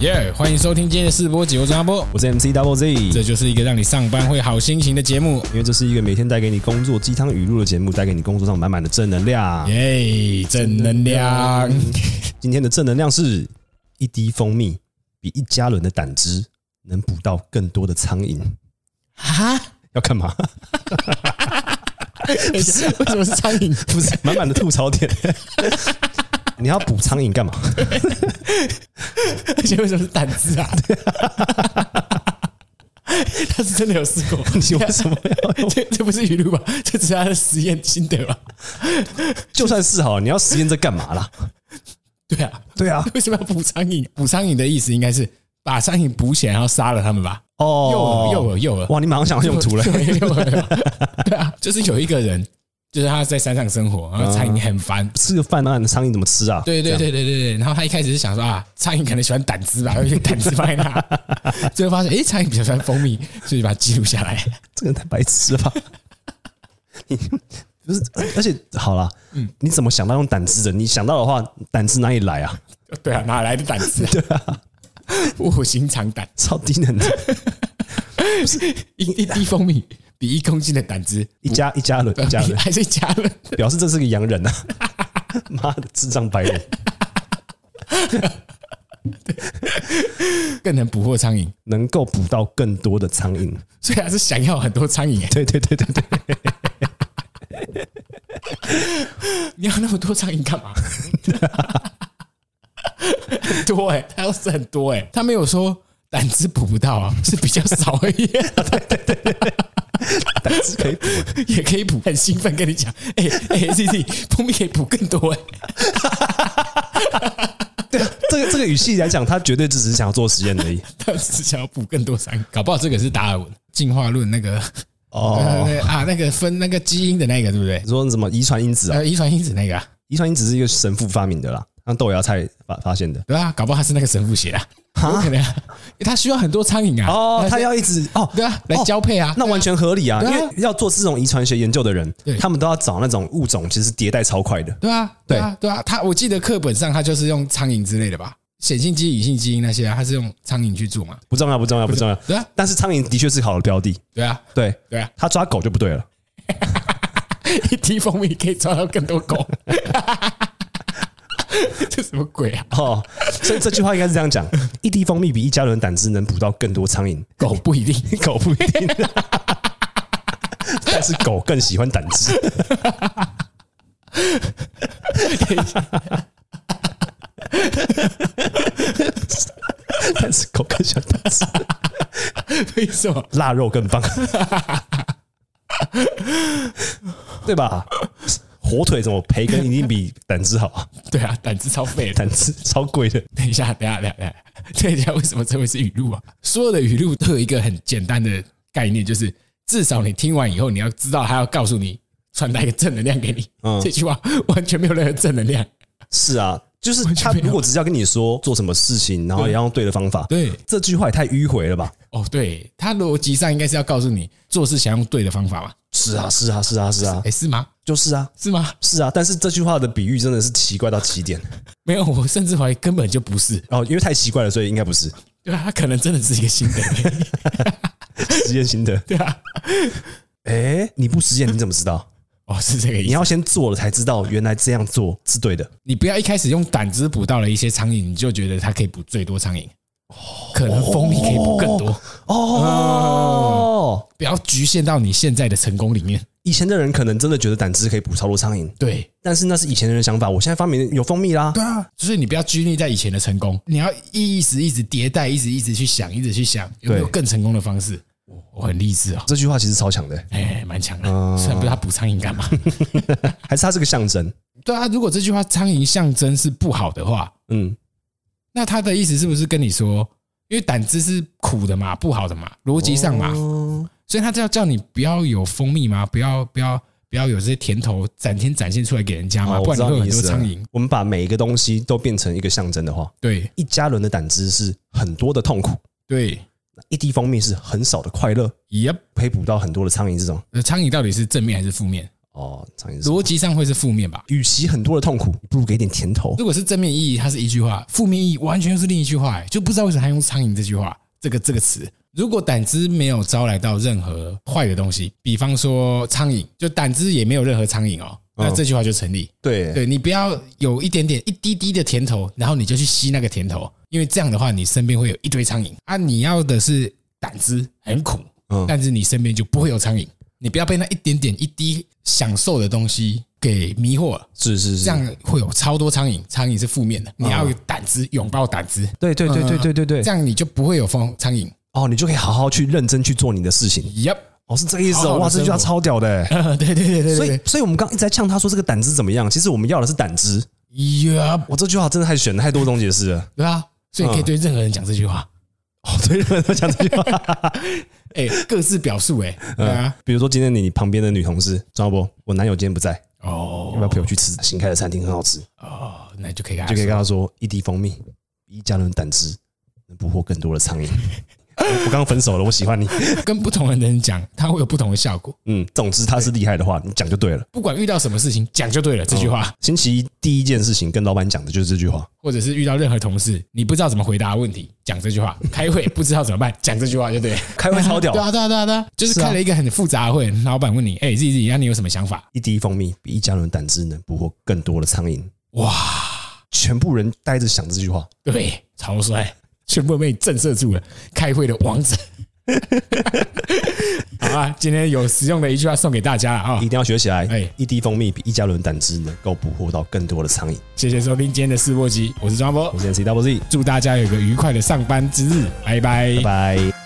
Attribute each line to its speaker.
Speaker 1: 耶欢迎收听今天的试播集，我是阿波，
Speaker 2: 我是 MC Double Z，
Speaker 1: 这
Speaker 2: 因
Speaker 1: 就是一个让你上班会好心情的节目。
Speaker 2: 为这是一个每天带给你工作鸡汤语录的节目，带给你工作上满满的正能量。
Speaker 1: 耶、正能量！
Speaker 2: 今天的正能量是一滴蜂蜜比一加仑的胆汁能捕到更多的苍蝇。
Speaker 1: 哈，
Speaker 2: 要 干嘛？
Speaker 1: 为什么是苍蝇？
Speaker 2: 不是满满的吐槽点。你要捕苍 蝇干嘛？
Speaker 1: 而且为什么是胆子啊？ 他是真的有试过，
Speaker 2: 你为什么要？
Speaker 1: 这这不是语录吧？这只是他的实验心得吧？
Speaker 2: 就算是好，你要实验这干嘛啦？
Speaker 1: 对啊，
Speaker 2: 对啊，
Speaker 1: 为什么要捕苍蝇？捕苍蝇的意思应该是把苍蝇捕起来，然后杀了他们吧？诱饵，诱饵，诱饵。
Speaker 2: 哦哇，你马上想到 用途了。
Speaker 1: 对有有有对啊，就是有一个人，就是他在山上生活，然后苍蝇很烦。
Speaker 2: 吃个饭啊，苍蝇怎么吃啊？
Speaker 1: 对对对对对对，然后他一开始是想说啊，苍蝇可能喜欢胆汁吧，有些胆汁放在 那，最后发现诶，苍蝇比较喜欢蜂蜜，所以就把它记录下来。
Speaker 2: 这个人太白痴了吧？你不是，而且好啦，
Speaker 1: 嗯
Speaker 2: 你怎么想到用胆汁的？你想到的话，胆汁哪里来啊？
Speaker 1: 对啊，哪来的胆汁、啊？ 对啊，卧薪尝胆，
Speaker 2: 超低能的，
Speaker 1: 一一滴蜂蜜比一公斤的胆汁，
Speaker 2: 一加一加仑，一加 仑，
Speaker 1: 还是加了，
Speaker 2: 表示这是个 洋人啊！妈的，智障白人，
Speaker 1: 更能捕获苍蝇，
Speaker 2: 能够捕到更多的苍蝇。
Speaker 1: 所以他是想要很多苍蝇、欸。
Speaker 2: 对对对对对，
Speaker 1: 你要那么多苍蝇干嘛？ 很多哎、欸，他要是很多哎、欸，他没有说胆汁补不到啊，是比较少而已，
Speaker 2: 胆汁可以捕，
Speaker 1: 也可以补。很兴奋跟你讲， 哎、哎，C C，蜂蜜可以补更多哎、
Speaker 2: 这个这个语气来讲，他绝对只是想要做实验而已。
Speaker 1: 他只是想要补更多三个，搞不好这个是达尔文进化论那个
Speaker 2: 哦，
Speaker 1: 呃啊那个分那个基因的那个对不对
Speaker 2: 你？说什么遗传因子啊？
Speaker 1: 呃，遗传因子那个、啊，
Speaker 2: 遗传因子是一个神父发明的啦，让豆芽菜发发现的。
Speaker 1: 对啊，搞不好他是那个神父写的、啊，有可能、啊，他需要很多苍蝇啊，
Speaker 2: 哦，他要一直哦，
Speaker 1: 对啊，来交配啊，
Speaker 2: 那完全合理啊，因
Speaker 1: 对啊
Speaker 2: 为要做这种遗传学研究的人
Speaker 1: 对，
Speaker 2: 他们都要找那种物种其实迭代超快的。
Speaker 1: 对啊，对啊，对啊，他我记得课本上他就是用苍蝇之类的吧，显性基因、隐性基因那些啊，他是用苍蝇去做嘛，
Speaker 2: 不重要，不重要，不重要。
Speaker 1: 对啊，
Speaker 2: 但是苍蝇的确是好的标的，
Speaker 1: 对啊，
Speaker 2: 对
Speaker 1: 对啊，
Speaker 2: 他抓狗就不对了。
Speaker 1: 一滴蜂蜜可以抓到更多狗， 这什么鬼啊？
Speaker 2: 哦，所以这句话应该是这样讲： 一滴蜂蜜比一加仑胆汁能捕到更多苍蝇，
Speaker 1: 狗不一定，
Speaker 2: 狗不一定， 但是狗更喜欢胆汁。 但是狗更喜欢胆汁，
Speaker 1: 为什么？
Speaker 2: 腊肉更棒， 对吧？火腿怎么培根一定比胆汁好啊？
Speaker 1: 对啊，胆子超废的。
Speaker 2: 胆汁超贵的，
Speaker 1: 等一下，等一下，等一下，等一下，为什么这会是语录啊？所有的语录都有一个很简单的概念，就是至少你听完以后，你要知道他要告诉你传达一个正能量给你。
Speaker 2: 嗯
Speaker 1: 这句话完全没有任何正能量。
Speaker 2: 是啊，就是他如果只是要跟你说做什么事情，然后也要用对的方法，
Speaker 1: 对，
Speaker 2: 这句话也太迂回了吧？
Speaker 1: 哦，对，他逻辑上应该是要告诉你做事想用对的方法吧？
Speaker 2: 是啊，是啊，是啊，是啊，
Speaker 1: 哎，是吗？
Speaker 2: 就是啊，
Speaker 1: 是吗？
Speaker 2: 是啊，但是这句话的比喻真的是奇怪到极点
Speaker 1: 没有，我甚至怀疑根本就不是。
Speaker 2: 哦，因为太奇怪了，所以应该不是
Speaker 1: 对啊，他可能真的是一个新的，
Speaker 2: 实验心得。
Speaker 1: 对啊。
Speaker 2: 哎，你不实验你怎么知道？
Speaker 1: 哦，是这个意
Speaker 2: 你
Speaker 1: 思。
Speaker 2: 要先做了才知道，原来这样做是对的。
Speaker 1: 你不要一开始用胆汁捕到了一些苍蝇，你就觉得它可以捕最多苍蝇，可能蜂蜜可以捕更多。
Speaker 2: 哦，
Speaker 1: 不要局限到你现在的成功里面。
Speaker 2: 以前的人可能真的觉得胆汁可以捕超多苍蝇，
Speaker 1: 对，
Speaker 2: 但是那是以前的人想法。我现在发明有蜂蜜啦，
Speaker 1: 啊，就是你不要拘泥在以前的成功，你要一直一直迭代，一直一直去想，一直去想有没有
Speaker 2: 对
Speaker 1: 更成功的方式。我很励志哦，
Speaker 2: 这句话其实超强的、
Speaker 1: 哎，蛮强的。虽然不知道他补苍蝇 干嘛。
Speaker 2: 还是它是个象征。
Speaker 1: 对啊，如果这句话苍蝇象征是不好的话，
Speaker 2: 嗯，
Speaker 1: 那他的意思是不是跟你说，因为胆汁是苦的嘛，不好的嘛，逻辑上嘛，
Speaker 2: 哦
Speaker 1: 所以他就要叫你不要有蜂蜜嘛，不要不要不要有这些甜头展天展现出来给人家嘛，
Speaker 2: 哦
Speaker 1: 不然
Speaker 2: 我知
Speaker 1: 你
Speaker 2: 道
Speaker 1: 会有很
Speaker 2: 你意
Speaker 1: 多
Speaker 2: 思了
Speaker 1: 苍蝇。
Speaker 2: 我们把每一个东西都变成一个象征的话，
Speaker 1: 对
Speaker 2: 一加仑的胆汁是很多的痛苦，
Speaker 1: 对，
Speaker 2: 一滴蜂蜜是很少的快乐，
Speaker 1: yep，
Speaker 2: 可以捕到很多的苍蝇。这种
Speaker 1: 呃苍蝇到底是正面还是负面？
Speaker 2: 哦，长言是
Speaker 1: 逻辑上会是负面吧？
Speaker 2: 与其很多的痛苦，不如给点甜头。
Speaker 1: 如果是正面意义，它是一句话；负面意义完全又是另一句话、欸，就不知道为什么他用“苍蝇”这句话这个这个词。如果胆汁没有招来到任何坏的东西，比方说苍蝇，就胆汁也没有任何苍蝇哦，那
Speaker 2: 嗯
Speaker 1: 这句话就成立。
Speaker 2: 对
Speaker 1: 对你不要有一点点一滴滴的甜头，然后你就去吸那个甜头，因为这样的话，你身边会有一堆苍蝇啊。你要的是胆汁，很苦，
Speaker 2: 嗯
Speaker 1: 但是你身边就不会有苍蝇。你不要被那一点点一滴享受的东西给迷惑了，
Speaker 2: 是是是，
Speaker 1: 这样会有超多苍蝇，苍蝇是负面的，你要有胆汁，拥抱胆汁，
Speaker 2: 对对对对对对对
Speaker 1: 这，样你就不会有风苍蝇。
Speaker 2: 哦，你就可以好好去认真去做你的事情。
Speaker 1: Yep，
Speaker 2: 哦，是这个意思
Speaker 1: 好好
Speaker 2: 哦，
Speaker 1: 地
Speaker 2: 哇，这句话超屌的欸。
Speaker 1: 对对对对
Speaker 2: 所
Speaker 1: 对
Speaker 2: 以，所以我们刚一直在呛他说这个胆汁怎么样，其实我们要的是胆汁。
Speaker 1: ，Yep，
Speaker 2: 我这句话真的太选了太多种解释了。
Speaker 1: 对啊，所以你可以对任何人讲这句话，
Speaker 2: 哦，对，任何人都讲这句话。
Speaker 1: 哎，各自表述，哎，对啊，
Speaker 2: 比如说今天你旁边的女同事张波，我男友今天不在，
Speaker 1: 哦
Speaker 2: 要不要陪我去吃新开的餐厅，很好吃？
Speaker 1: 哦，那就可以跟他
Speaker 2: 就可以
Speaker 1: 说
Speaker 2: 跟他说一滴蜂蜜，一加仑胆汁，能捕获更多的苍 蝇。我我刚分手了，我喜欢你。
Speaker 1: 跟不同的人讲，他会有不同的效果。
Speaker 2: 嗯，总之他是厉害的话，你讲就对了。
Speaker 1: 不管遇到什么事情，讲就对了这句话，
Speaker 2: 星期一第一件事情跟老板讲的就是这句话。
Speaker 1: 或者是遇到任何同事，你不知道怎么回答问题，讲这句话；开会不知道怎么办，讲这句话就对了。
Speaker 2: 开会 超屌
Speaker 1: 对啊，对啊，对啊，对啊，就是
Speaker 2: 哦是啊
Speaker 1: 开了一个很复杂的会，老板问你，哎，Z Z，那你有什么想法？
Speaker 2: 一滴蜂蜜比一加仑胆汁能捕获更多的苍蝇。
Speaker 1: 哇，
Speaker 2: 全部人呆着想这句话，
Speaker 1: 对，超帅，全部被你震慑住了，开会的王者。好啊，今天有实用的一句话送给大家了啊、
Speaker 2: 一定要学起来
Speaker 1: 哎。
Speaker 2: 一滴蜂蜜比一加仑胆汁能够捕获到更多的苍蝇。
Speaker 1: 谢谢收听今天的试播集，我是张波
Speaker 2: 我，是 N C W Z，
Speaker 1: 祝大家有个愉快的上班之日，拜拜
Speaker 2: 拜拜。